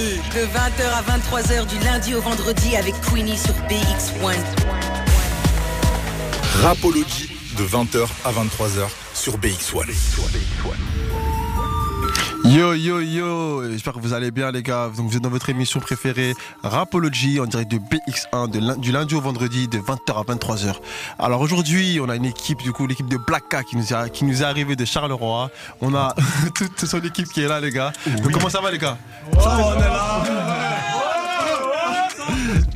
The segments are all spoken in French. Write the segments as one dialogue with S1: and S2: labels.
S1: de 20h à 23h du lundi au vendredi avec Queenie sur BX1.
S2: Rapology de 20h à 23h sur BX1.
S3: Yo yo yo, j'espère que vous allez bien les gars. Donc vous êtes dans votre émission préférée Rapology en direct de BX1 de lin- du lundi au vendredi de 20h à 23h. Alors aujourd'hui, on a une équipe du coup l'équipe de Black K qui nous a, qui nous est arrivée de Charleroi. On a toute son équipe qui est là les gars. Donc comment ça va les gars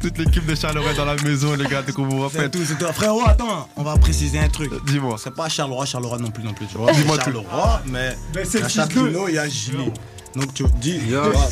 S3: Toute l'équipe de Charleroi est dans la maison les gars. Donc on vous
S4: C'est
S3: répète.
S4: tout, c'est tout. Frérot, attends, on va préciser un truc.
S3: Dis-moi.
S4: C'est pas Charleroi, Charleroi non plus, non plus, tu vois.
S3: Dis-moi tout.
S4: Charleroi, mais il y a Chapino, il y a Gilles. Donc tu dis, tu vois, voilà.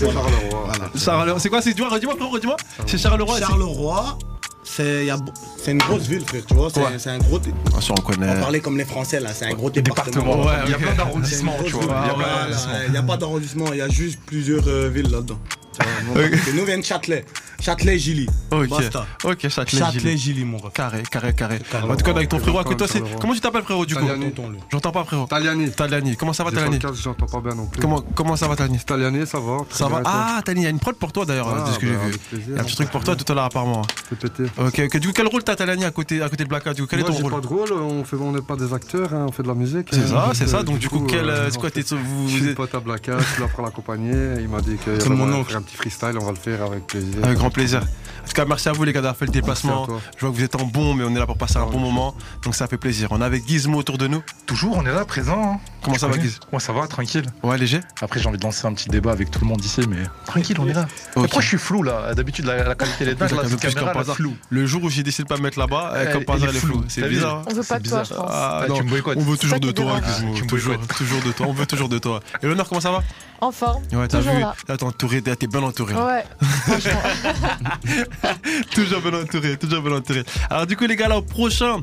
S4: Voilà.
S3: Charleroi, c'est quoi C'est tu vois, redis-moi frérot, redis-moi. C'est Charleroi. c'est-
S4: Charleroi, c'est il y a- c'est une grosse ville, frère, tu vois. C'est
S3: Ouais.
S4: c'est un gros.
S3: Ah, si on reconnaît.
S4: On parlait comme les Français, là, c'est un gros
S3: Ouais,
S4: département.
S3: il y a plein
S4: C'est une
S3: d'arrondissements,
S4: grosse
S3: tu vois.
S4: ville.
S3: Il y a plein
S4: Voilà,
S3: d'arrondissements.
S4: Il n'y a pas d'arrondissement, il y a juste plusieurs euh, villes là-dedans. Tu vois,
S3: Ok.
S4: Nous, on vient de Châtelet. Châtelet-Gilly.
S3: Ok,
S4: Basta.
S3: ok, Châtelet, Gilles.
S4: Châtelet-Gilly, mon ref.
S3: Carré, carré, carré.
S4: Carré.
S3: En tout cas, on est avec ton frérot à
S5: Carré,
S3: côté. C'est...
S5: Carré.
S3: Comment tu t'appelles, frérot, du coup
S5: Taliani.
S4: Entends-le.
S3: J'entends pas, frérot.
S5: Taliani.
S3: Taliani, comment ça va, Taliani
S5: 75, j'entends pas bien non plus.
S3: comment, comment ça va, Taliani
S5: Taliani, ça va. très
S3: Ça
S5: bien,
S3: va
S5: et toi
S3: Ah, Taliani, il y a une prod pour toi d'ailleurs,
S5: Ah,
S3: de ce que
S5: bah,
S3: j'ai vu.
S5: avec plaisir.
S3: Il y a un petit truc pour toi tout à l'heure, apparemment.
S5: Fais péter.
S3: Ok, ok. Du coup, quel rôle t'as, Taliani, à côté, à côté de Blackout Du coup, quel
S5: Moi,
S3: est ton
S5: j'ai
S3: rôle
S5: pas de rôle, on fait, on n'est pas des acteurs, hein, on fait de la musique.
S3: C'est
S5: hein,
S3: ça, c'est
S5: euh,
S3: ça. Donc, du coup, quel. euh,
S5: euh,
S3: C'est quoi,
S5: en
S3: t'es.
S5: fait,
S3: Vous
S5: Je
S3: vous
S5: suis
S3: êtes.
S5: pote à Blackout, je suis là pour l'accompagner. Il m'a dit que
S4: C'est mon
S5: on va
S4: oncle.
S5: faire un petit freestyle, on va le faire avec plaisir.
S3: Avec grand plaisir. En tout cas, merci à vous les gars d'avoir fait le déplacement.
S5: Merci à toi. Ah,
S3: Je vois que vous êtes en bon, mais on est là pour passer un bon moment. Donc ça fait plaisir. On est avec Gizmo autour de nous.
S6: Toujours, on est là, présent. hein.
S3: Comment ça va,
S6: Connais.
S3: Giz
S6: Ouais, ça va, tranquille.
S3: Ouais, léger
S6: Après, j'ai envie de lancer un petit débat avec tout le monde ici, mais tranquille, on est là. Pourquoi je suis flou là D'habitude, la, la qualité elle est dingue, là,
S3: Plus
S6: cette caméra
S3: qu'un
S6: elle est
S3: bazar.
S6: floue.
S3: Le jour où j'ai décidé de pas me mettre là-bas, eh,
S6: Elle-
S3: comme par
S6: elle est
S3: hasard, elle est floue.
S6: floue.
S3: C'est
S6: T'as vu
S3: bizarre.
S7: On veut pas de toi, je pense.
S3: Ah,
S6: Ah,
S3: non.
S6: tu me boycottes.
S3: On veut toujours
S7: ça
S3: de
S7: qui
S3: toi,
S7: dérange.
S3: Gizmo,
S6: Ah, tu me
S3: toujours,
S6: boycottes.
S3: toujours de toi, on veut toujours de toi. Et l'honneur, comment ça va
S7: En forme.
S3: Ouais, t'as
S7: Toujours
S3: vu,
S7: là.
S3: t'as- t'es entouré, t'es t'es bien entouré. là.
S7: Ouais.
S3: toujours bien entouré, toujours bien entouré. Alors du coup les gars là au prochain.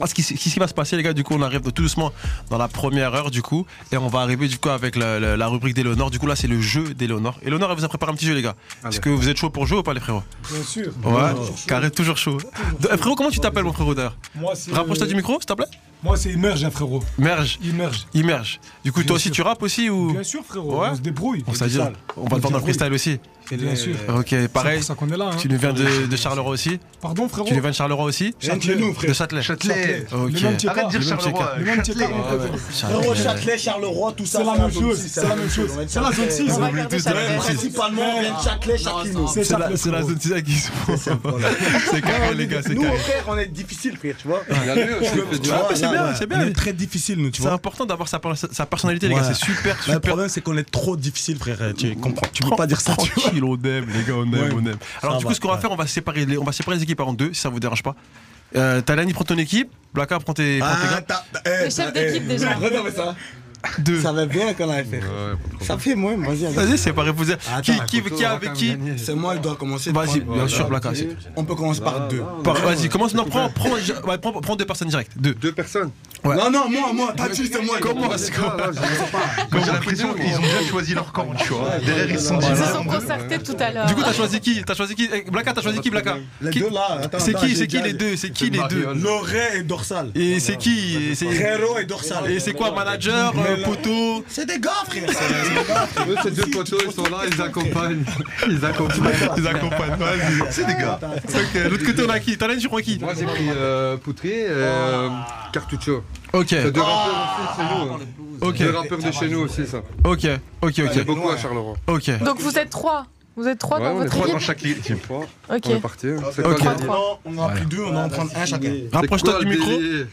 S3: ah, ce qui, ce qui va se passer les gars du coup on arrive tout doucement dans la première heure du coup et on va arriver du coup avec la, la- la rubrique d'Eléonore du coup là c'est le jeu d'Eléonore Eleonore elle vous a préparé un petit jeu les gars est-ce que vous êtes chaud pour jouer ou pas les frérots
S8: Bien sûr.
S3: ouais carré toujours chaud Eh, frérot comment tu t'appelles mon frérot d'ailleurs
S8: Moi, c'est.
S3: rapproche-toi du micro s'il te plaît
S8: Moi, c'est Immerge, hein, frérot.
S3: merge
S8: Immerge.
S3: immerge du coup
S8: Bien
S3: toi aussi
S8: sûr.
S3: tu rappes aussi ou
S8: Bien sûr, frérot.
S3: Ouais.
S8: On se débrouille.
S3: on s'est dit on va le faire dans le freestyle aussi Euh,
S8: Bien sûr.
S3: ok pareil
S8: C'est pour ça qu'on est là. hein.
S3: tu nous viens de, de Charleroi aussi
S8: Pardon, frérot.
S3: tu nous viens de Charleroi aussi
S4: Châtelet, nous,
S3: de
S4: frère.
S3: Châtelet
S5: Châtelet.
S3: Ok.
S8: Le même checker.
S5: Arrête de dire
S3: Le même
S5: Charleroi.
S6: euh,
S8: Le même checker,
S5: Châtelet.
S8: mon frérot.
S4: Frérot, Châtelet, Charleroi, tout ça,
S8: C'est la même
S4: zone
S8: chose,
S4: six,
S8: c'est la même chose.
S4: on va être
S8: C'est la zone
S4: Châtelet.
S8: six. hein.
S7: On va
S3: oublie
S7: garder
S3: tous
S7: ça
S3: la
S7: le
S3: même
S7: même.
S3: chose.
S4: Principalement, on vient de Châtelet, Châtillon.
S8: C'est
S3: C'est
S8: ça,
S3: la, c'est la zone 6 à qui se font. C'est carré, les gars, c'est
S4: Nous, au
S3: carré.
S4: frère, on est difficile, frère, tu vois.
S5: Il y a lui aussi, il fait du
S4: Tu vois,
S3: mais c'est
S4: là,
S3: bien,
S4: ouais.
S3: c'est bien.
S4: On est très difficile, nous, tu
S3: C'est
S4: vois.
S3: important d'avoir sa, pers- sa personnalité, les gars.
S4: Ouais. Bah,
S3: C'est super,
S4: Mais Le
S3: super.
S4: problème, c'est qu'on est trop difficile, frère. Tu comprends Tu peux pas dire ça, tu vois.
S3: Tranquille, on aime, les gars, on aime,
S4: Ouais.
S3: on aime. Alors,
S4: Ça
S3: du
S4: va,
S3: coup, ce qu'on va
S4: ouais.
S3: faire, on va séparer les, on va séparer les équipes en deux, si ça vous dérange pas. Euh, Talani prend ton équipe, Blaka prend tes,
S4: Ah.
S3: prend tes gars.
S4: Le
S7: Le chef d'équipe,
S3: eh.
S7: déjà.
S4: Regarde ça.
S3: Deux.
S4: Ça va bien qu'on a fait. Ça fait moins, vas-y. regarde.
S3: Vas-y, séparez vous Qui,
S4: Attends,
S3: qui, qui avec qui
S4: C'est moi, il doit commencer.
S3: Vas-y,
S4: Prends-
S3: bien sûr, Blaka. c'est-
S4: On peut commencer
S5: Ah,
S4: par deux.
S3: par- Vas-y, commence. Non, prends, prends, ouais, prends, prends deux personnes directes. Deux.
S5: Deux personnes.
S3: Ouais.
S4: Non, non, moi, moi, t'as dit, c'est moi.
S3: Comment
S5: Les gars, là, je sais pas.
S6: Moi, j'ai l'impression qu'ils ont déjà choisi leur camp, tu vois. Derrière, ils se sont dit.
S7: Ils se
S6: là,
S7: sont concertés tout à l'heure.
S3: Du coup, t'as choisi qui T'as choisi qui Eh, Blaka, t'as choisi qui, Blaka
S4: hein. Les
S3: Qui-
S4: deux là, attends,
S3: C'est
S4: attends,
S3: qui
S4: j'ai
S3: C'est qui
S4: déjà-
S3: les deux C'est qui les deux
S5: Mariole.
S4: L'oreille et dorsal.
S3: Et c'est qui Et c'est-
S4: Frérot et dorsal.
S3: Et c'est quoi manager, euh, poteau
S4: C'est des gars, frère. C'est des gars.
S5: Eux, ces deux potos, ils sont là, ils accompagnent. Ils accompagnent.
S3: Ils accompagnent, vas-y. C'est des gars. Ok, de l'autre côté on a qui T'en as une, tu prends qui
S5: Moi, j'ai pris euh, Poutrier et euh,
S3: Ah.
S5: Cartuccio.
S3: Ok,
S5: C'est deux
S3: Ah.
S5: rappeurs aussi de chez nous. hein.
S3: ok,
S5: Deux rappeurs de chez nous aussi, ça.
S3: ok, ok,
S5: C'est
S3: ok,
S5: beaucoup à Charleroi.
S3: ok.
S7: Donc vous êtes trois. Vous êtes trois
S5: Ouais,
S7: dans
S5: on est
S7: votre
S5: trois
S6: Trois dans
S7: équipe.
S6: chaque équipe.
S5: On est
S7: Ok.
S5: parti. hein. C'est quoi
S3: Ok.
S5: le délire
S4: Non, on en a pris deux, on va en prendre un chacun.
S3: Rapproche-toi
S5: C'est
S3: du
S5: quoi le
S3: micro.
S5: délire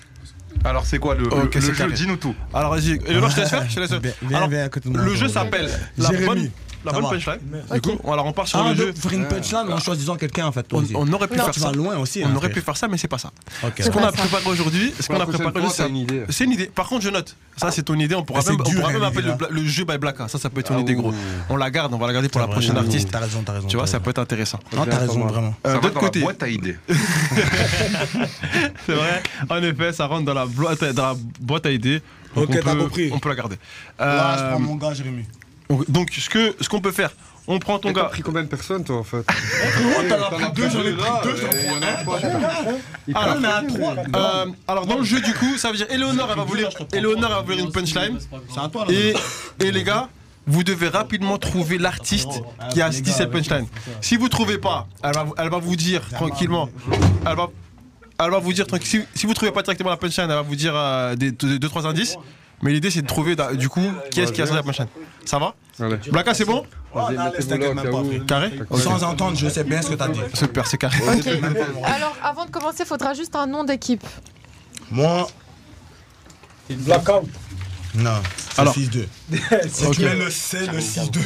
S6: Alors, c'est quoi le,
S3: Ok,
S6: le- le
S3: c'est
S6: jeu
S3: carré. Euh,
S6: Dis-nous tout.
S3: Alors vas-y, et le je te laisse faire, je te laisse faire. Alors,
S4: viens à côté de moi.
S3: le jeu s'appelle la
S4: Jérémy.
S3: bonne, la
S4: Ça
S3: bonne
S4: va.
S3: punchline. Du
S7: Ok.
S3: coup, on- alors on part sur
S4: Ah,
S3: le
S4: de
S3: jeu.
S4: faire une punchline en choisissant quelqu'un en fait. toi
S3: On,
S4: aussi.
S3: on aurait pu
S7: Non.
S3: faire
S4: Tu vas
S3: ça.
S4: loin aussi.
S3: On
S4: hein,
S3: aurait pu
S4: frère.
S3: faire ça, mais c'est pas ça.
S4: Ok.
S3: Ce qu'on
S7: pas
S3: a
S7: ça.
S3: préparé aujourd'hui, ce qu'on a
S5: la prochaine
S3: préparé
S5: fois,
S3: aujourd'hui,
S5: t'as une idée.
S3: c'est une idée. Par contre, je note. Ça, c'est ton idée. On pourra
S4: Mais c'est
S3: même, on
S4: dur,
S3: pourra
S4: hein,
S3: même
S4: l'idée,
S3: appeler le,
S4: là.
S3: bla- le jeu by Black. hein. Ça, ça peut être une
S5: Ah,
S3: idée, gros.
S5: ouh.
S3: On la garde, on va la garder pour la prochaine artiste.
S4: T'as raison, t'as raison.
S3: Tu vois,
S4: t'as
S3: ça
S4: raison.
S3: peut être intéressant.
S4: Non, Ah, t'as raison,
S5: Information.
S4: vraiment.
S3: Euh,
S6: Ça va
S3: D'autre
S6: dans la
S3: côté,
S6: boîte à idées.
S3: c'est vrai, en effet, ça rentre dans la boîte, à- dans la boîte à idées. Donc,
S4: Ok,
S3: on
S4: t'as
S3: peut-
S4: compris.
S3: On peut la garder.
S4: Là, je
S3: Euh,
S4: prends mon gars, Jérémy.
S3: donc- Donc, ce que- ce qu'on peut faire, on prend ton
S5: Mais T'as
S3: gars.
S5: pris combien de personnes, toi, en fait
S4: t'en as pris deux, j'en ai pris deux, j'en
S5: Il y en a trois.
S4: Ah, on a trois.
S3: Euh, alors, dans le jeu, du coup, ça veut dire Eleonore, elle va vouloir, Eleonore, elle va vouloir une punchline.
S9: Oh,
S4: C'est à toi là.
S3: Et, et les gars, vous devez rapidement trouver l'artiste qui a dit cette punchline. Si vous trouvez pas, elle va, vous- elle va vous dire tranquillement. Elle va, elle va vous dire tranquille. Si, si vous trouvez pas directement la punchline, elle va vous dire euh, des, deux, deux, trois indices. Mais l'idée c'est de trouver da- du coup qui est-ce qui a sorti la punchline. Ça va
S5: Allez.
S3: Blaka, c'est bon
S5: Vas-y,
S9: non, laisse,
S5: mettez-vous là
S9: t'inquiète
S5: au
S9: même
S5: cas
S9: pas,
S5: où.
S9: frère.
S3: Carré
S5: Ok.
S9: Sans entendre, je sais bien ce que t'as dit.
S3: Super, c'est carré.
S7: Ok. Alors, avant de commencer, faudra juste un nom d'équipe.
S9: Moi,
S4: Blackout.
S9: non. C'est
S3: Alors.
S9: 6-2.
S4: Si tu mets le C, le 6-2.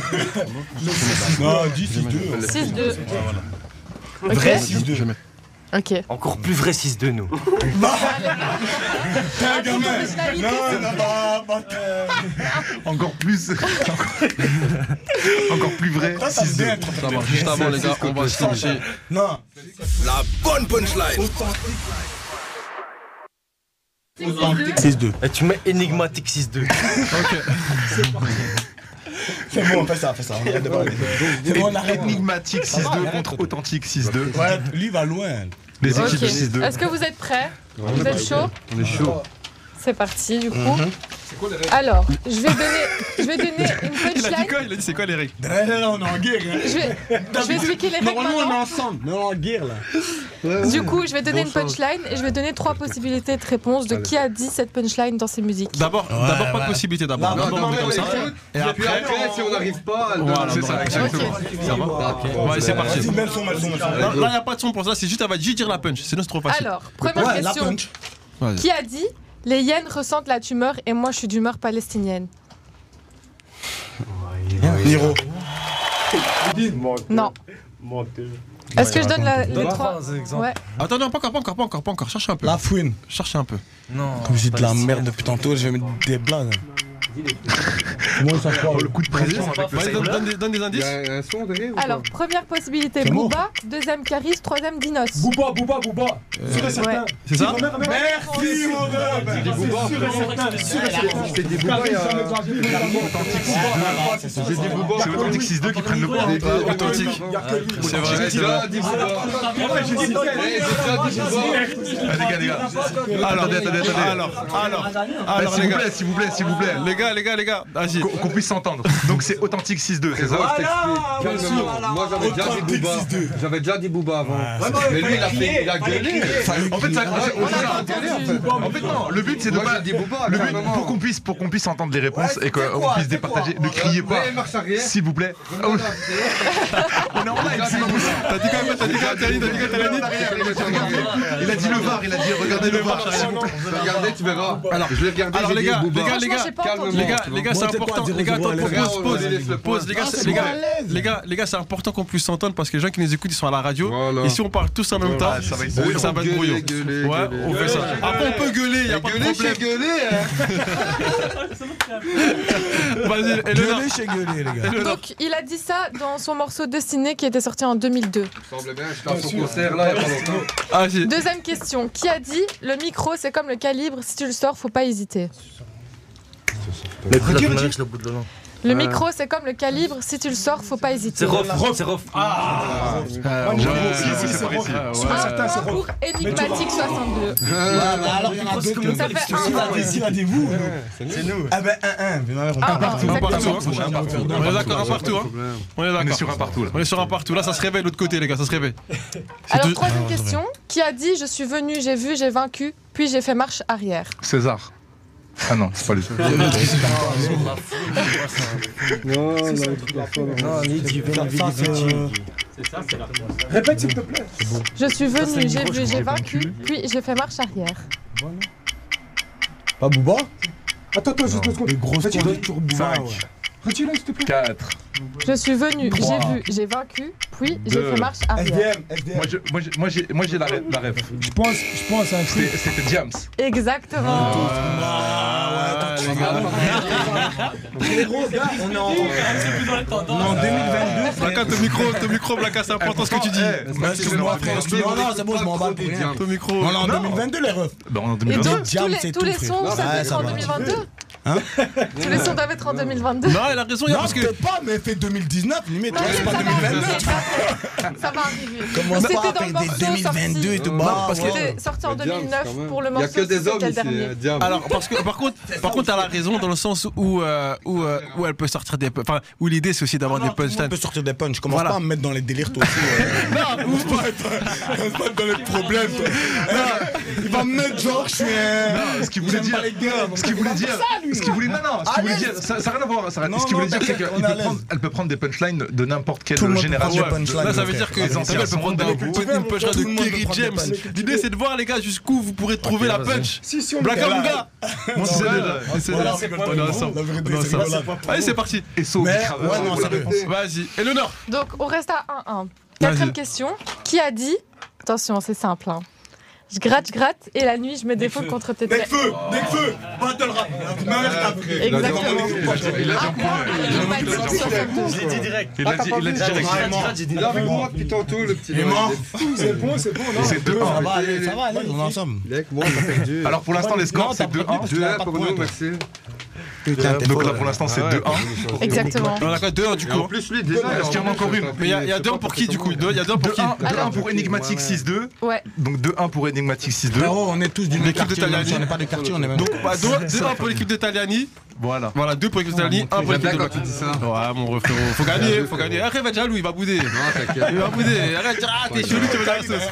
S4: Le C, Non, dis 6-2.
S7: 6-2.
S9: Vrai
S7: Ok.
S9: 6-2.
S7: Ok.
S10: Encore plus vrai 6-2, nous.
S9: T'es un gamin
S7: Personnalité,
S9: Non, non, bah, bah, t'es-
S6: Encore plus. Encore plus vrai.
S9: Toi, ça se dit être.
S3: Ça marche. Juste avant, les gars, on va se lancer.
S9: Non.
S2: La bonne punchline.
S9: 6-2.
S10: Et tu mets énigmatique 6-2.
S9: C'est bon, on fait ça, on fait ça. On arrête de parler. C'est bon, on arrête.
S6: Énigmatique 6-2 contre authentique 6-2.
S9: Ouais, lui il va loin.
S6: Les
S7: Ok.
S6: équipes de 6-2.
S7: Est-ce que vous êtes prêts Vous êtes chaud
S5: On est chaud.
S7: C'est parti, du coup. Alors, je vais donner, je vais donner une
S3: Il a dit
S7: punchline.
S3: quoi Il a dit c'est quoi les règles
S9: Eh, Là, là, là, on est en guerre. hein.
S7: Je vais, je vais expliquer les règles
S9: Normalement, on est
S7: maintenant.
S9: ensemble, mais on est en guerre là.
S7: Du coup, je vais donner
S5: Bon
S7: une punchline et je vais donner trois possibilités de réponse de qui a dit cette punchline dans ses musiques.
S3: D'abord, d'abord pas
S9: ouais.
S3: de possibilité d'abord.
S9: Là,
S3: D'abord, on fait comme ça. Et
S5: Puis
S3: après,
S5: après, si on n'arrive pas, elle
S3: Voilà,
S5: doit- c'est ça,
S3: voilà.
S5: exactement.
S3: ça va Ouais, c'est parti.
S9: Vas-y, mets le son, mets le son, mets le son.
S3: Là, il n'y a pas de son pour ça, c'est juste, elle va juste dire la punch, sinon c'est trop facile.
S7: Alors, première
S9: Ouais, la
S7: question.
S9: punch.
S7: Qui a dit les hyènes ressentent la tumeur et moi je suis d'humeur palestinienne
S9: Niro.
S7: Non. Est-ce que je donne la- les trois Ouais.
S3: Attends, non, pas encore, pas encore, pas encore, pas encore, cherchez un peu.
S9: La fouine.
S3: Cherchez un peu.
S10: Non.
S9: Comme j'ai de la merde depuis tantôt, je vais mettre des Euh, blagues. Moi, ça croit.
S6: Le coup de pression avec le
S3: Vas-y, donne, donne des, donne des
S5: Il y
S3: indices.
S5: a un son derrière ou pas
S7: Alors, première possibilité,
S9: C'est mort.
S7: Booba. Deuxième, Caris. Troisième, Dinos.
S4: Booba, Booba, Booba. Sûr et certain.
S3: C'est ça
S9: Merci, mon homme.
S4: Sûr et certain. Sûr et certain.
S5: C'est des boobas, il y a-
S9: Authentique.
S6: C'est authentique 6-2 qui prennent le point.
S5: des boobas.
S3: Authentique. C'est
S5: J'ai
S3: vrai, c'est
S5: déjà
S3: vrai.
S5: dit boobas. Eh, j'ai déjà dit boobas.
S6: Ah, les gars, les gars.
S3: Bah, Alors,
S6: Attendez, attendez, attendez.
S3: alors, alors,
S6: Ah,
S3: alors,
S6: S'il
S3: les
S6: vous
S3: gars,
S6: plaît, s'il vous plaît, s'il vous plaît.
S3: les gars, les gars, les gars, vas-y.
S6: Qu'on qu'on puisse s'entendre. Donc c'est authentique 6-2, c'est ça
S5: Moi, je t'explique, calmement. Moi, j'avais déjà dit Booba. J'avais déjà dit Booba avant. Mais lui, il a fait, il a gueulé.
S6: En fait, ça, on-
S7: On a entendu.
S6: en fait, non, Oh, le but c'est de
S5: Moi,
S6: pas.
S5: j'ai dit Booba.
S6: Le but
S5: calmement.
S6: pour qu'on puisse, pour qu'on puisse entendre les réponses
S9: Ouais,
S6: et qu'on
S9: c'était quoi,
S6: puisse
S9: c'était quoi
S6: départager, ne criez pas,
S5: Ouais, marche arrière.
S6: s'il vous plaît.
S5: Non, non, c'est-
S6: On est en live, c'est pas possible.
S3: T'as dit quoi, t'as dit quoi, t'as dit, t'as dit quoi, t'as dit
S6: Il a dit le VAR, il a dit regardez le VAR. s'il vous plaît.
S5: Regardez, tu verras. Je vais regarder.
S3: Alors,
S5: j'ai
S3: les
S5: dit
S3: gars,
S5: Booba.
S3: les gars, les
S7: Franchement,
S3: gars,
S7: j'ai pas
S5: calmement.
S7: entendu.
S3: les gars, les gars, c'est
S9: Montez pas
S3: important.
S9: à zéro,
S3: Les gars, attends,
S9: zéro, allez,
S3: pause,
S5: on
S3: pause,
S5: les laisse le
S3: pause, les gars,
S7: point.
S3: c'est-
S7: Ah,
S3: les
S7: c'est
S3: gars,
S7: bon,
S3: les gars, les gars, c'est important qu'on puisse s'entendre parce que les gens qui nous écoutent, ils sont à la radio.
S5: Voilà.
S3: Ici, on parle tous en même temps. Ça va être brouillon. Ça va être brouillon.
S5: Gueuler, gueuler,
S3: Ouais,
S5: gueuler.
S3: on fait ça. Après, on peut gueuler, y a pas de
S5: Gueuler,
S3: problème.
S5: j'ai gueulé. hein.
S3: Vas-y, Elena.
S9: Gueulez chez gueulez, les gars.
S3: Elena.
S7: Donc, il a dit ça dans son morceau Destiné qui était sorti en 2002.
S5: Il me semble bien, j'étais à son concert là, il y a pas longtemps.
S3: Vas-y.
S7: Deuxième question. Qui a dit le micro c'est comme le calibre, si tu le sors, faut pas hésiter
S10: Mais pourquoi tu me lâches le bout de la langue
S7: Le micro c'est comme le calibre, si tu le sors, faut pas hésiter.
S10: C'est rough, c'est rough. Ah,
S3: Euh,
S9: Moi,
S3: ouais,
S9: si,
S3: ouais,
S9: si,
S3: c'est
S9: c'est
S3: par
S9: bon.
S3: ici.
S7: Un
S9: Sûr et certain, c'est
S7: point
S9: rock.
S7: pour Enigmatique 62.
S9: bah, Alors, il y en a d'autres. S'il
S7: Ça fait un
S9: a des- s'il a des vous,
S10: C'est nous.
S9: ah ben 1-1. Mais on
S7: Ah,
S9: part partout.
S7: ah,
S3: Un
S7: exactement.
S3: partout, hein. On est d'accord, un partout. hein. On est
S6: On est
S3: d'accord.
S6: sur un partout là.
S3: On est sur un partout. Là, ça se réveille de l'autre côté, les gars. Ça se réveille.
S7: Alors,
S3: tout-
S7: troisième question. Qui a dit Je suis venu, j'ai vu, j'ai vaincu, puis j'ai fait marche arrière
S6: César. Ah non, c'est pas lui.
S10: Non, il dit
S9: Ça, c'est, euh,
S4: Répète s'il te plaît.
S7: Je suis
S10: c'est
S7: venu,
S10: le
S7: j'ai
S10: micro,
S7: vu,
S10: je
S7: j'ai
S10: crois,
S7: vaincu, puis j'ai fait marche arrière.
S9: Pas Booba
S4: Attends, attends, juste deux secondes.
S9: Les grosses
S4: Retire-le.
S9: conduites sur Booba.
S6: Cinq.
S9: ouais.
S4: Retire-le s'il te plaît.
S6: 4.
S7: Je suis venu, j'ai
S9: Trois.
S7: vu, j'ai vaincu, puis j'ai
S6: Deux.
S7: fait marche arrière.
S9: FDM, FDM.
S6: Moi je- moi, j'ai- moi, j'ai moi j'ai la, ré- la rêve.
S9: Je pense, je pense à un truc.
S6: C'était c'était James.
S7: Exactement.
S3: Ah, les gars.
S10: On est en.
S9: En 2022.
S3: Blacka, ton micro, ton micro, Blacka, c'est important ce que tu dis.
S6: Eh,
S9: Mais excuse-moi, frère. Non, non, c'est bon, je m'en bats pour rien.
S3: Ton micro.
S9: On est en 2022, les refs.
S6: bah, on est en
S7: Et
S6: 2022.
S7: donc,
S9: Jam,
S7: tous les,
S9: c'est
S7: tous
S9: tout,
S7: les
S9: frère.
S7: sons,
S9: Ouais,
S7: ça
S9: ça
S7: c'est en
S9: va.
S7: 2022 Tous les sons doivent être en 2022.
S3: Non, elle a raison, il y a
S4: Non,
S3: parce que.
S4: peut-être pas, mais elle fait 2019, limite.
S7: Non, mais
S4: c'est pas
S7: ça, va arriver,
S4: 2022.
S7: ça va arriver.
S4: Commence
S7: C'était
S4: pas
S7: dans le
S4: avec des
S7: morceau
S4: 2022 et
S7: sorti.
S4: tout.
S5: Non,
S4: bah,
S3: parce que-
S4: ouais.
S7: C'était sorti en
S5: Le diable, quand
S7: 2009
S5: même.
S7: pour le
S5: Il y
S7: morceau.
S5: a que des hommes
S7: c'était le
S5: ici,
S7: dernier.
S5: euh, diable.
S3: Alors, parce que, par contre, par contre, elle a raison dans le sens où, euh, où, euh, où elle peut sortir des. Enfin, où l'idée c'est aussi d'avoir des
S4: Ah Non, tout le monde
S3: punchlines.
S4: peut sortir des punchs. Commence
S3: Voilà.
S4: pas à me mettre dans les délires, toi aussi. euh. Commence pas à être- commence pas à être dans les problèmes. toi. Eh, Il va me mettre genre, je suis un.
S6: Ce qu'il voulait
S4: J'aime
S6: dire,
S4: pas les gars,
S6: ce qu'il voulait dire, ce qu'il voulait, non, non, ce qu'il voulait
S4: À l'aise.
S6: dire, ça n'a rien à voir. ça a rien-
S4: Non,
S6: ce qu'il
S4: non,
S6: voulait dire, c'est
S4: t'inquiète,
S6: qu'elle
S4: on est à
S6: peut
S4: l'aise.
S6: prendre- elle peut prendre des punchlines de n'importe
S4: Tout le
S6: quelle
S4: monde peut prendre
S6: génération.
S4: des punchlines.
S3: Là, ça
S4: Ok,
S3: veut dire que
S6: vas-y,
S3: les
S6: vas-y,
S3: anciens, elle peut
S6: vas-y,
S3: prendre
S6: vas-y,
S3: des- une punchline
S4: tout le
S3: de
S4: monde peut
S3: Kerry
S4: prendre des
S3: James.
S4: punchines.
S3: L'idée c'est de voir, les gars, jusqu'où vous pourrez trouver la
S10: vas-y.
S3: punch.
S4: Si, si, on
S3: Black
S4: est là.
S3: Amga On sait déjà. on sait
S4: Voilà,
S3: déjà.
S4: c'est pas
S3: On
S4: pour
S3: est
S4: nous.
S3: ensemble.
S4: La vérité,
S3: On est
S4: c'est
S3: ensemble.
S4: voilà, pas pour
S3: Allez,
S4: nous.
S3: c'est parti.
S6: Et saut,
S4: Mais,
S6: Craveur,
S4: ouais, non,
S6: voilà.
S4: sérieux.
S3: Vas-y. Eleonore
S7: Donc, on reste à 1-1. Quatrième question. Qui a dit Attention, c'est simple. hein. Je gratte, je gratte, et la nuit, je me défends contre tes têtes.
S4: Nekfeu, Nekfeu, battle rap. Ma mère t'a pris.
S7: Exactement. Ah,
S6: Il a dit- il a dit en premier.
S7: Il m'a dit une sur cette bouche.
S10: Je l'ai dit direct.
S3: Bah,
S6: Il a dit- il a dit direct.
S10: J'ai dit
S5: Il a avec moi depuis tantôt, le petit.
S4: Il est
S5: Noël.
S4: mort.
S9: C'est bon, c'est bon, non
S6: C'est 2-1.
S9: va aller, ça va aller.
S4: On est ensemble.
S5: Il est avec moi, t'as perdu.
S6: Alors pour l'instant, les scores,
S9: Non,
S6: c'est
S9: t'as prévenu,
S6: 2-1.
S9: tu l'as
S5: 2-1
S9: pas
S5: pour
S9: de
S5: nous,
S9: pointe.
S5: merci.
S4: Putain, t'es
S6: Donc
S4: fort.
S6: là, pour l'instant, c'est
S5: Ah ouais,
S6: 2-1.
S7: Exactement.
S3: On en a quoi 2-1 du
S5: Et
S3: coup.
S5: en
S3: hein.
S5: plus, lui, déjà.
S6: Est-ce qu'il y en a encore une
S3: Mais il y a- il y a 2-1 pour qui du coup Il y a 2-1 pour qui
S6: 2-1
S7: Alors-
S6: pour Enigmatic 6-2.
S7: Ouais.
S6: Donc 2-1 pour Enigmatic 6-2.
S4: Frérot, on est tous du
S3: L'équipe
S4: même quartier.
S3: de
S4: même si
S3: Taliani.
S4: On n'est pas de quartier, on est même.
S3: Donc, bah, deux- deux un pour l'équipe de Taliani.
S6: Voilà.
S3: Voilà, deux pour l'équipe de Taliani, un pour
S5: J'aime
S3: l'équipe
S5: bien
S3: de
S5: quand tu dis ça.
S3: Ouais, mon refrain, faut gagner, faut gagner. Arrête, va jaloux, il va bouder.
S5: Non,
S3: Il
S5: t'inquiète.
S3: va bouder. Arrête, ah, t'es chelou, tu veux la sauce.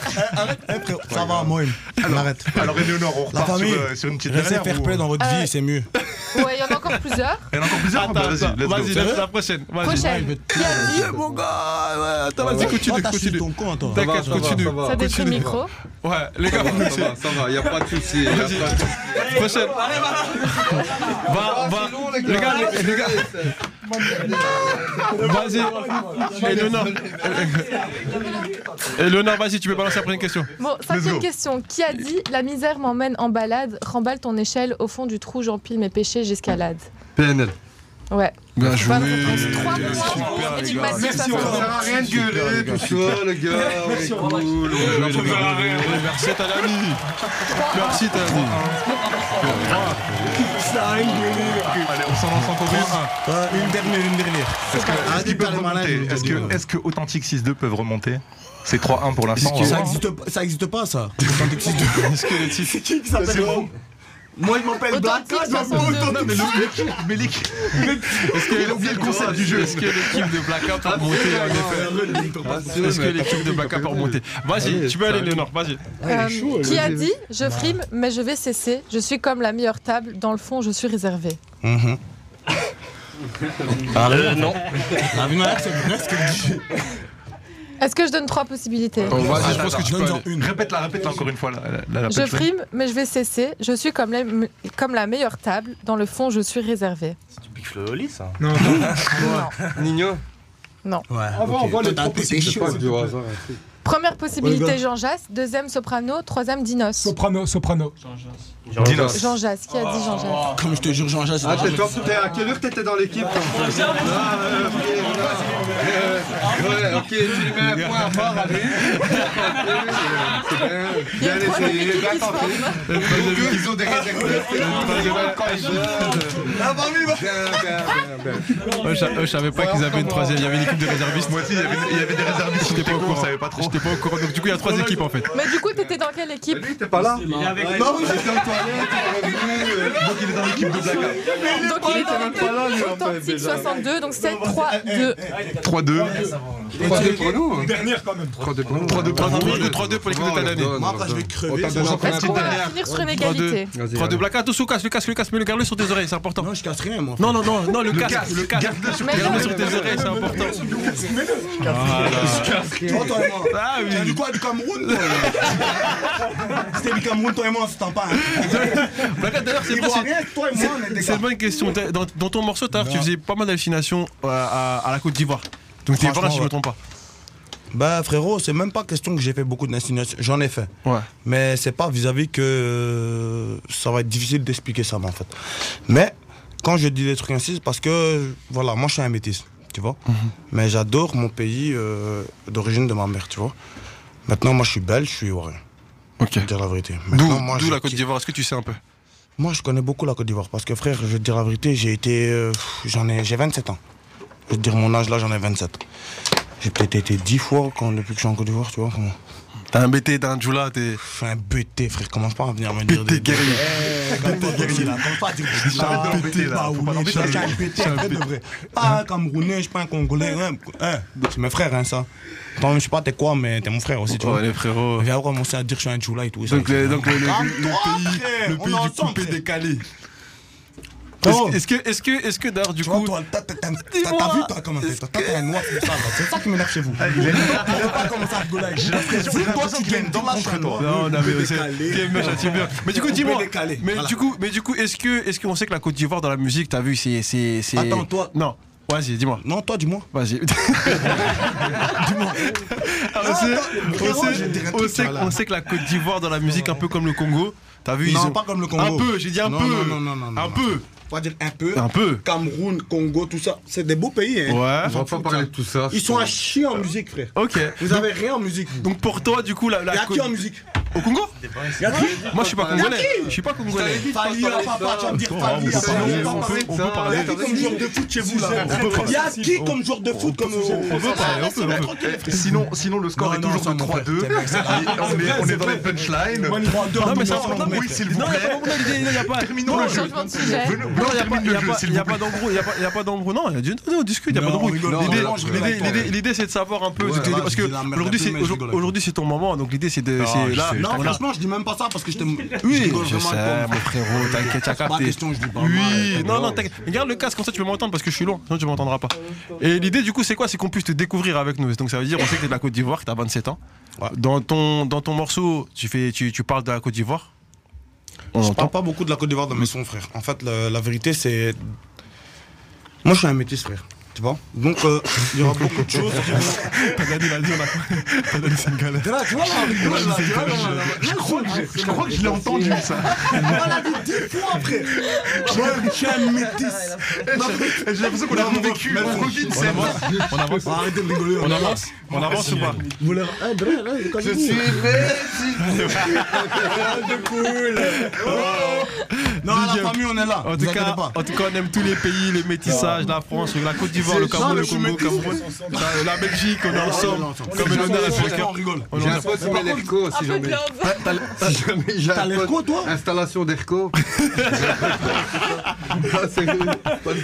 S4: Eh, frérot, Ça va, Moïm. On arrête.
S6: Alors Eleonore, on repart sur,
S4: famille.
S6: euh, sur une petite
S4: Restez
S6: dernière.
S4: fair
S6: ou-
S4: play dans votre
S7: Ah ouais.
S4: vie, c'est mieux.
S7: Ouais, il y en a encore plusieurs.
S6: Il y en a encore plusieurs Bah,
S3: Attends,
S6: Vas-y,
S3: attends,
S6: let's
S3: vas-y,
S6: go.
S3: la la prochaine. Vas-y.
S7: Prochaine. Qui a dit
S3: Mon gars, ouais, attends, vas-y,
S4: Toi,
S3: continue,
S4: t'as su
S3: continue.
S4: ton hein. con, toi.
S3: T'inquiète,
S5: Ça va,
S3: continue.
S5: ça va, ça
S7: Ça détruit le
S3: Continue.
S7: micro.
S3: Ouais, les gars,
S5: Ça va, ça va, y a pas de soucis. y a
S3: Vas-y.
S5: pas de soucis.
S3: prochaine. Va, va. Les gars, les- les gars, vas-y. Eleonore. Eleonore, vas-y, tu peux balancer après une question.
S7: Bon,
S6: go.
S7: cinquième question. Qui a dit La misère m'emmène en balade, remballe ton échelle au fond du trou, j'empile mes péchés, j'escalade.
S5: PNL.
S7: Ouais.
S3: Bien
S5: Bah,
S7: Bonne réponse. Trois points. Et tu passes
S4: Merci,
S7: sur
S4: on
S7: ça.
S5: Ça sert à rien de gueuler, tout ça, les gars. On est cool. on joue.
S3: Merci à l'ami. Merci ta
S6: Allez, on s'en lance encore une.
S4: Euh, Une dernière, une dernière.
S6: Est-ce qu'ils peuvent remonter Est-ce que, est que Authentic 6-2 peuvent remonter C'est 3-1 pour l'instant.
S4: Ça
S6: on va voir.
S4: existe, pas- ça existe pas, ça. Quand t'existes- C'est qui qui s'appelle Rome Moi, je m'appelle Black
S7: Authentique
S4: Card, je m'appelle
S7: 62.
S4: Authentique.
S6: Mais le- l'équipe- mais l'équipe-
S3: Est-ce qu'il a
S6: oublié le concept du jeu. Ah,
S3: Est-ce que l'équipe de Black Up a monté en effet Est-ce que l'équipe de Black Up a remonté Vas-y, tu peux aller, Léonore, vas-y.
S7: Euh, qui a dit
S6: Ah.
S7: Je frime, mais je vais cesser. Je suis comme la meilleure table. Dans le fond, je suis réservé.
S10: Euh, non.
S4: Ah, mais non, là, c'est vrai ce que je dis.
S7: Est-ce que je donne trois possibilités
S3: Vas-y, je pense que tu peux
S4: Donne-en
S3: aller.
S4: une.
S6: Répète-la, répète-la encore une fois. la- la- la- la
S7: Je
S6: punchline.
S7: frime, mais je vais cesser. Je suis comme la, comme la meilleure table. Dans le fond, je suis réservé.
S10: Tu piques le lit, ça.
S5: Nino.
S4: Ouais.
S5: Avant, on voit les
S4: T'as t'es
S5: C'est pas
S4: chaud.
S5: que du hasard. hein.
S7: Première possibilité, Jean Jass. Deuxième, Soprano. Troisième, Dinos.
S11: Soprano, soprano.
S6: Dinos.
S7: Jean Jass. Qui a dit Jean Jass
S4: Comme je te jure, Jean-Jacques,
S5: Ah, t'es toi, t'es- à quelle heure t'étais dans l'équipe toi Ah, ouais, ok, voilà. Ouais, ok, tu lui mets un point à part à lui. C'est bien,
S7: Il y a
S5: bien
S7: une troisième
S5: essayé,
S7: équipe
S5: bien
S7: qui se
S5: tenté.
S7: forme.
S5: Donc, Ils ont des réservistes, ils ont quand ils veulent. bah. Bien, bien, bien, bien.
S3: Eux, je eux, je savais pas qu'ils avaient une troisième. Il y avait une équipe de réservistes.
S6: Moi aussi, il y avait, il y avait des réservistes.
S3: J'étais pas au
S6: on
S3: courant.
S6: savait pas trop.
S3: J'étais pas au courant. Donc, du coup, il y a trois équipes en fait.
S7: Mais du coup, t'étais dans quelle équipe
S5: Lui, t'es pas là Non, mais j'étais aux toilettes, il est revenu. euh, Donc, il est dans l'équipe de Black Hat.
S7: Donc il était dans
S5: pas là, lui,
S7: l'équipe
S5: en fait,
S7: Authentique
S5: déjà. Bah, eh,
S7: 62, donc 7, 3, 2.
S6: 3-2.
S5: 3-2 pour nous.
S4: Dernière quand même.
S5: 3-2 pour nous.
S3: 3-2 3-2 pour l'équipe
S5: Oh,
S3: de Tanani.
S4: Moi, après, je vais crever.
S5: Autant donner
S4: ça.
S5: en
S7: Est-ce qu'on
S5: première.
S7: va finir sur une
S3: 3-2.
S7: égalité
S3: 3-2 Black Hat, attention, casse le casque, le casque, mais le garde-le sur tes oreilles, c'est important.
S4: Non, je casse rien, moi.
S3: Non, non, non, non, le casque, le casque.
S7: Mais
S3: Garde-le
S7: non,
S3: sur tes oreilles, c'est important.
S4: Toi, toi et moi.
S3: Ah oui.
S4: T'as du quoi du Cameroun, toi là C'était du Cameroun, toi et moi, on s'entend pas.
S3: Black Hat, d'ailleurs, c'est
S4: Ils
S3: pas
S4: voient
S3: si-
S4: rien, toi et moi, on est des
S3: C'est
S4: gars.
S3: une bonne question. T'as- Dans, dans ton morceau, tout à l'heure, tu faisais pas mal d'hallucinations euh, à, à la Côte d'Ivoire. Donc t'es
S4: Franchement,
S3: voilà, si je
S4: ouais.
S3: me trompe pas.
S4: Bah, frérot, c'est même pas question que j'ai fait beaucoup d'insinuations. J'en ai fait.
S3: Ouais.
S4: Mais c'est pas vis-à-vis que euh, ça va être difficile d'expliquer ça, moi, en fait. Mais quand je dis des trucs ainsi, c'est parce que, voilà, moi je suis un métis, tu vois.
S3: Mhm.
S4: Mais j'adore mon pays euh, d'origine de ma mère, tu vois. Maintenant, moi je suis belge, je suis ivoirien,
S3: Ok.
S4: pour dire la vérité.
S3: D'où
S4: Maintenant, moi,
S3: d'où
S4: je
S3: la Côte
S4: kiffe-
S3: d'Ivoire Est-ce que tu sais un peu
S4: Moi, je connais beaucoup la Côte d'Ivoire parce que, frère, je vais te dire la vérité, j'ai été. euh, j'en ai, j'ai 27 ans. Je vais te dire mon âge là, j'en ai 27. J'ai peut-être été 10 fois quand, depuis que je suis en Côte d'Ivoire, tu vois. Comment...
S3: T'as un BT, t'as un Djoula, t'es.
S4: Je suis un BT, frère, commence pas à venir me dire des.
S3: guerrier.
S4: Eh, comme toi, Gauthier, là, commence pas à dire que je suis
S9: Charles
S4: un
S9: Pété,
S4: BT,
S9: là.
S4: là.
S9: Faut pas
S4: Baoulé,
S9: l'embêter,
S4: je suis un
S9: Charles
S4: BT, vrai de vrai. Pas un Camerounais, je suis pas un Congolais. hein. Hein, C'est mes frères, hein, ça. Attends, je sais pas, t'es quoi, mais t'es mon frère aussi, tu vois.
S3: Ouais, les frérots.
S4: Viens commencer à dire que je suis un Djoula et tout. ça,
S3: Donc,
S4: et
S3: le,
S4: tout.
S3: donc le, le- le
S4: Calme-toi,
S3: pays,
S4: frère,
S3: le
S4: on
S3: pays
S4: est
S3: du
S4: ensemble,
S3: coupé
S4: frère.
S3: décalé.
S4: Oh.
S3: Est-ce est-ce que, est-ce que, est-ce que d'ailleurs du
S4: Tu vois,
S3: coup,
S4: toi, t'as, t'as- t'as- t'as- t'as vu, toi, comment t'es Toi, t'es un noir comme ça, là. C'est ça qui m'énerve chez vous. Il ne pas commencer à rigoler avec Vous, toi, tu gagnes dans la chaîne, toi.
S3: Ah, non, non, mais c'est t'es méchant, t'es bien. Mais du coup,
S4: Coupé
S3: dis-moi.
S4: décalé,
S3: Mais
S4: voilà.
S3: du coup, mais du coup, est-ce que, est-ce qu'on sait que la Côte d'Ivoire dans la musique, t'as vu, c'est, c'est, c'est.
S4: Attends, toi-
S3: Non. Vas-y, dis-moi.
S4: Non, toi, dis-moi.
S3: Vas-y. dis-moi. on sait,
S4: Ah, frérot,
S3: on sait-
S4: je vais te dire un
S3: on
S4: truc,
S3: sait-
S4: voilà.
S3: on sait que la Côte d'Ivoire dans la musique, un peu comme le Congo. T'as vu, ils
S4: Non,
S3: ont-
S4: pas comme le Congo.
S3: Un peu, j'ai dit un
S4: Non,
S3: peu.
S4: non, non, non, non, non,
S3: Un
S4: non.
S3: peu.
S4: On va dire un peu.
S3: Un peu.
S9: Cameroun, Congo, tout ça, c'est des beaux pays. Hein.
S3: Ouais.
S5: On va pas parler de tout ça.
S9: Ils sont à chier en musique, frère.
S3: Ok.
S9: Vous avez rien en musique, vous.
S3: Donc pour toi, du coup, la, la
S9: Y'a qui
S3: Côte-
S9: en musique
S3: au Congo
S9: Y'a qui
S3: Moi, je suis pas congolais. Je suis pas congolais.
S9: Falia, papa, tu vas me dire Falia.
S3: peut parler,
S9: Falia,
S3: on
S9: papa.
S3: peut- on peut parler.
S9: Y'a qui comme joueur de foot chez vous, là Y'a qui comme joueur de foot comme vous
S3: On peut parler, on peut, on peut.
S6: Eh, Sinon, sinon, le score
S4: Non,
S6: est
S4: non,
S6: toujours
S4: ça,
S6: de
S4: mon
S6: 3-2.
S4: frère, c'est vrai,
S6: Et On est- on est dans les punchlines.
S9: Moi, il prend deux en
S3: Non, mais ça,
S9: double,
S3: non,
S9: ensemble,
S3: mais-
S6: Oui, s'il vous
S3: non, y a
S6: plaît.
S3: pas d'embrouille, il y a- il y a pas.
S6: Terminons le jeu.
S7: Changement de sujet.
S6: Venez-
S3: Non, il n'y a
S6: venons,
S3: pas,
S6: termine
S3: y
S6: le
S3: a
S6: jeu,
S3: pas-
S6: s'il
S3: y a
S6: vous
S3: pas
S6: plaît.
S3: d'embrouille, il n'y a pas d'embrouille. Non, y a du- non, on discute, il n'y a pas
S4: Non,
S3: d'embrouille.
S4: on rigole, on
S3: L'idée-
S4: rigole, je
S3: l'idée-
S4: rigole.
S3: l'idée- L'idée, c'est de savoir un peu.
S4: Ouais,
S3: c'était-
S4: là,
S3: parce
S4: je
S3: que
S4: dis la merde
S3: aujourd'hui,
S4: un peu,
S3: c'est
S4: mais je rigole
S3: aujourd'hui-
S4: avec.
S3: aujourd'hui, c'est ton moment, donc l'idée, c'est de. c'est là,
S4: Ah, Non,
S3: on a-
S4: franchement, je dis même pas ça parce que je te.
S3: Oui,
S4: Oui,
S3: je sais, mon frérot, t'inquiète, t'as
S4: Pas
S3: capté.
S4: Bah, question, je dis pas.
S3: Oui, non, non, t'inquiète. Regarde le casque, comme ça tu peux m'entendre parce que je suis loin, sinon tu m'entendras pas. Et l'idée, du coup, c'est quoi C'est qu'on puisse te découvrir avec nous. Donc ça veut dire, on sait que t'es de la Côte d'Ivoire, que t'as 27 ans.
S4: Ouais.
S3: Dans ton, dans ton morceau, tu, fais, tu, tu parles de la Côte d'Ivoire. On
S4: Je
S3: entend.
S4: parle pas beaucoup de la Côte d'Ivoire dans mes sons, frère. En fait, le- la vérité, c'est. Moi, je suis un métis, frère. Tu vois Donc, euh, il y aura beaucoup de choses. qui vont-
S3: T'as dit, il a dit, on a. T'as dit, c'est une galère.
S9: Là, tu vois, là, on rigole, là, tu vois, là, là, là.
S6: Je crois que j'ai- je crois que je l'ai entendu ça.
S9: On l'a dit dix fois, frère. Moi, je suis un métis.
S6: J'ai l'impression qu'on a revécu. On revit de scène.
S3: On avance.
S9: Arrêtez de rigoler.
S3: On avance On avance ou pas
S9: Vous leur... Ah, de vrai, là, quand je dis-
S4: Non, à
S3: Big
S4: la
S3: up.
S4: famille, on est là.
S3: En
S4: vous
S3: tout, cas,
S4: inquiétez pas.
S3: en tout cas, on aime tous les pays, le métissage, la France, la Côte d'Ivoire, le Cameroun,
S4: mais
S3: le
S4: je suis
S3: Congo, Cameroun, Bah, la- la Belgique, on est ensemble. Comme
S4: On
S3: le
S4: est
S3: honneur
S4: ensemble,
S3: est
S4: on rigole.
S3: On est
S5: J'ai un
S3: ensemble.
S5: pote qui m'appelle Erco,
S7: Un
S5: si
S7: peu de
S5: jamais.
S7: viande.
S5: Si jamais j'ai
S9: T'as
S5: un
S9: l'air quoi,
S5: pote.
S9: toi
S5: Installation d'Erco. Ah, c'est pas des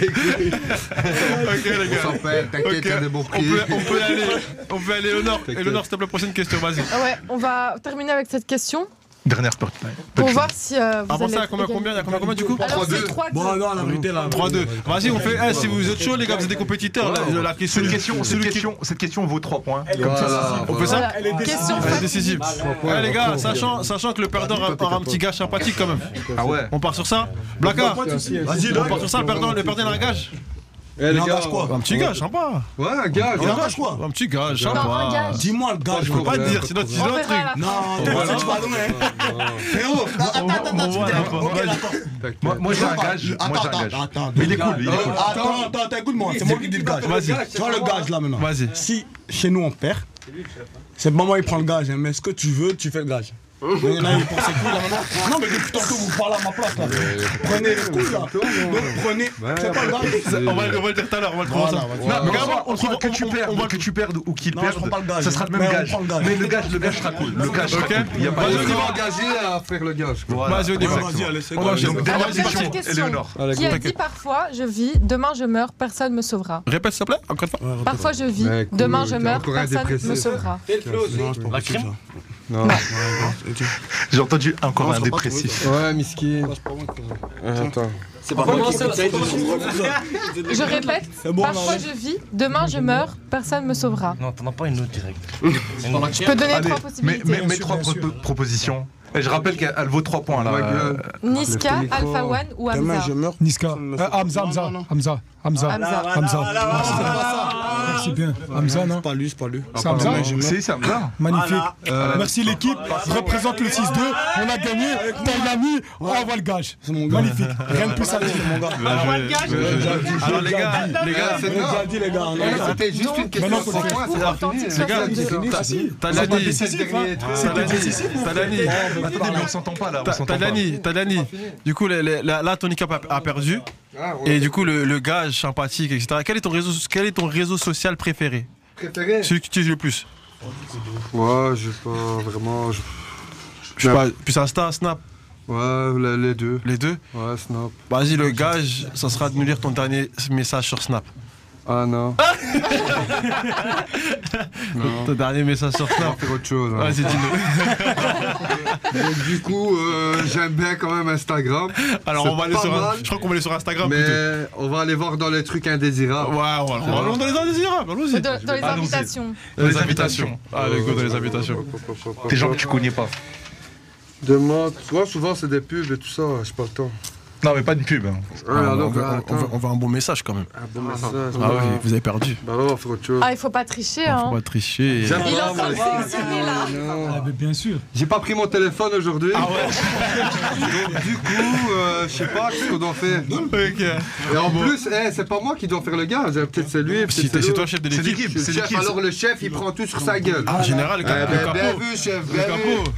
S5: couilles.
S3: Ok, les
S5: On
S3: gars.
S5: s'en perd, t'inquiète,
S3: Ok,
S5: t'as des bons
S3: on
S5: prix.
S3: peut, on peut aller, on peut aller, Honor.
S5: T'inquiète.
S3: Eleonore, s'il te plaît, prochaine question, vas-y.
S7: Ah Ouais, on va terminer avec cette question
S6: Dernière punchline.
S7: pour voir si euh, vous
S3: Avant
S7: allez
S3: ça, à combien,
S7: être
S3: combien, il y a combien, combien du coup
S7: égal. Alors c'est 3
S9: Bon, non, la vérité, là.
S3: 3-2. Vas-y, on fait. eh, si vous êtes chaud, les gars, vous êtes des compétiteurs. là, La, question,
S6: Cette question, cette
S3: celui qui-
S6: question, cette question vaut 3 points.
S5: Voilà,
S3: On fait ça
S7: Voilà, question
S3: Elle est
S7: facile.
S3: décisive. Ouais, les gars, sachant, sachant que le perdant aura aura un petit gage sympathique quand même.
S5: Ah ouais.
S3: On part sur ça Blacard
S4: Vas-y,
S3: On part sur ça, le perdant, le perdant il a un gage
S5: Eh, les
S4: Il
S5: gars.
S4: engage quoi
S3: Un petit gage, sympa
S5: Ouais, gars,
S4: Il
S5: gars.
S4: engage quoi
S3: Un petit gage,
S7: Non, un
S3: sympa
S7: gage.
S4: Dis-moi le gars,
S3: Je
S4: je
S3: peux
S4: veux
S3: pas
S4: pas.
S5: Ouais,
S3: dire,
S5: pas
S3: sinon
S5: de
S3: tu dis
S7: On
S3: un
S7: verra
S3: truc
S7: à la fin.
S4: Non, t'es pas tu vas loin, hein. Frérot, attends, attends,
S3: on voit,
S4: attends,
S3: on
S4: ok,
S3: voit.
S4: d'accord.
S6: Moi, moi, j'ai un gage.
S4: Attends,
S6: Moi, j'ai
S4: attends,
S6: un gage.
S4: attends,
S6: Mais il est cool, il est cool.
S4: Attends, attends, attends, écoute-moi, c'est moi qui dis le gage.
S3: Vas-y.
S4: Tu vois le gage là maintenant
S3: Vas-y.
S4: Si chez nous on perd, c'est maman il prend le gage, hein, mais ce que tu veux, tu fais le gage. Mais il y en a, il prend ses couilles là maintenant. Non, mais depuis tantôt vous parlez à ma place là. Prenez les couilles là. Donc prenez. C'est pas le gage.
S3: On va, on va le dire tout à l'heure, on va le trouver
S4: Voilà,
S3: ensemble.
S4: voilà.
S3: Non, mais
S6: Regarde,
S3: regarde,
S6: on trouve que tu perdes, que tu perdes ou qu'il
S4: Non, je
S6: perde,
S4: prends pas le gage,
S6: ça sera le
S4: hein.
S6: même
S4: Mais on
S6: gage.
S4: prend le gage.
S6: Mais le gage, le gage sera cool. Le gage sera
S3: Ok.
S6: cool. Il y a pas
S3: Vas-y,
S5: Je
S6: de-
S3: on y
S5: suis
S3: va.
S5: engagé à faire le gage. quoi.
S6: Voilà.
S3: Vas-y, on y va.
S4: Vas-y, allez, c'est
S3: On
S4: quoi
S3: enchaîne.
S6: Donc,
S3: Ah,
S6: dernière
S3: vas-y,
S6: question,
S7: Dernière
S3: parti.
S7: question.
S6: Eleonore.
S7: Qui a dit parfois je vis, demain je meurs, personne me sauvera.
S3: Répète s'il te plaît, encore une fois.
S7: Parfois je vis,
S5: Ouais, cool,
S7: demain je
S5: t'es
S7: meurs,
S5: encore un
S7: personne
S5: dépressé.
S7: me sauvera.
S4: Non, c'est pas possible, ça.
S5: Non.
S6: J'ai entendu encore un dépressif.
S5: Ouais, Miski. Attends.
S9: C'est pas moi qui conseille de
S7: Je répète, parfois je vis, demain je meurs, personne me sauvera.
S10: Non, t'en as pas une autre direct.
S7: Je peux donner
S6: Allez,
S7: trois
S6: mais, mais,
S7: possibilités.
S6: mais trois pro- propositions. Et je rappelle qu'elle vaut 3 points là.
S5: Ouais,
S6: Euh,
S5: gueule.
S7: Niska, Alpha One ou
S4: Demain
S3: Ah,
S7: Hamza
S4: je meurs.
S11: Niska.
S4: me
S11: Euh,
S4: fait-
S11: Hamza,
S4: Non,
S11: Hamza.
S4: non, non.
S11: Hamza. Hamza.
S7: Hamza.
S11: Hamza.
S4: Ah,
S11: Merci bien. Hamza, non
S4: C'est pas lui, c'est pas lui.
S11: C'est Hamza
S4: Demain, je meurs.
S6: C'est ça, là.
S11: Magnifique. Euh, Merci l'équipe. Représente le 6-2. On a gagné. T'as mis. On envoie le gage.
S4: C'est mon gars.
S11: Magnifique. Rien de plus
S4: ça le titre, mon gars.
S3: Bien joué. Bien joué. Alors, les gars, les gars, c'est
S4: On a déjà dit, les gars. on a déjà dit.
S12: C'était juste une question
S4: faut
S12: pour
S4: que-
S12: moi, c'est
S4: faut
S12: pas
S4: authentique,
S12: fini.
S4: ça,
S12: Regarde,
S4: c'est
S12: c'est
S4: fini,
S12: fini.
S4: ça.
S12: C'est pas
S3: Talani,
S12: décisif, hein.
S3: Talani, Talani,
S5: Attendez, mais on s'entend pas là. on s'entend pas.
S3: Talani, Talani. Du coup, les- les- la- là, Tony Cap a- a perdu.
S12: Ah, ouais.
S3: Et du coup, le, le gage sympathique, etc. Quel est ton réseau, quel est ton réseau social préféré
S12: Préféré
S3: Celui que tu utilises le plus
S5: Ouais, je sais pas vraiment. je-
S3: Je sais pas, plus Insta, Snap,
S5: Ouais, les- les deux.
S3: les deux.
S5: Ouais, Snap.
S3: Vas-y, le gage, ça sera de nous lire ton dernier message sur Snap.
S5: Ah non. non.
S3: Ton dernier message sur
S5: On va
S3: Snap.
S5: faire autre chose. hein.
S3: Vas-y, dis-nous.
S5: Donc, du coup, euh, j'aime bien quand même Instagram.
S3: Alors,
S5: C'est
S3: on va aller
S5: pas
S3: sur, un-
S5: mal,
S3: je crois qu'on va aller sur Instagram Ah, plutôt.
S5: Mais on va aller voir dans les trucs
S3: Ouais,
S5: indésirables.
S3: ouais, on va dans les indésirables, allons-y.
S7: Dans, dans les invitations.
S3: Dans Euh, les invitations. Allez, go dans les invitations.
S5: Des gens que tu connais pas. Demande. Ouais, souvent c'est des pubs et tout ça, j'ai pas le temps.
S6: Non, mais pas une pub. hein.
S5: Ah, alors,
S3: on, veut,
S5: bah,
S3: on veut-
S5: attends.
S3: on veut un bon message quand même.
S5: Ah, bon, mais ça, c'est
S3: Ah
S5: pas-
S3: oui, vous avez perdu.
S5: Bah, alors, on va faire autre chose.
S7: Ah, il faut pas tricher,
S3: Faut
S7: hein.
S3: pas tricher.
S5: J'aime
S7: Il est
S5: pas,
S7: en train de
S5: moi.
S7: sélectionner là.
S6: Ah, mais bien sûr.
S5: J'ai pas pris mon téléphone aujourd'hui.
S3: Ah
S5: Donc, du coup, euh, je sais pas ce qu'on doit faire. Et en plus, eh, c'est pas moi qui dois faire le gars. Peut-être c'est lui. peut-être
S3: Ah Si t'es- c'est
S5: l'autre.
S3: toi le chef de
S5: Je
S3: l'équipe.
S5: suis le chef, alors le chef il prend tout sur sa gueule.
S3: Ah, général, le
S5: Eh
S3: cap- le
S5: ben, bien
S3: capot.
S5: vu, chef,
S3: Le
S5: bien vu.
S3: capot.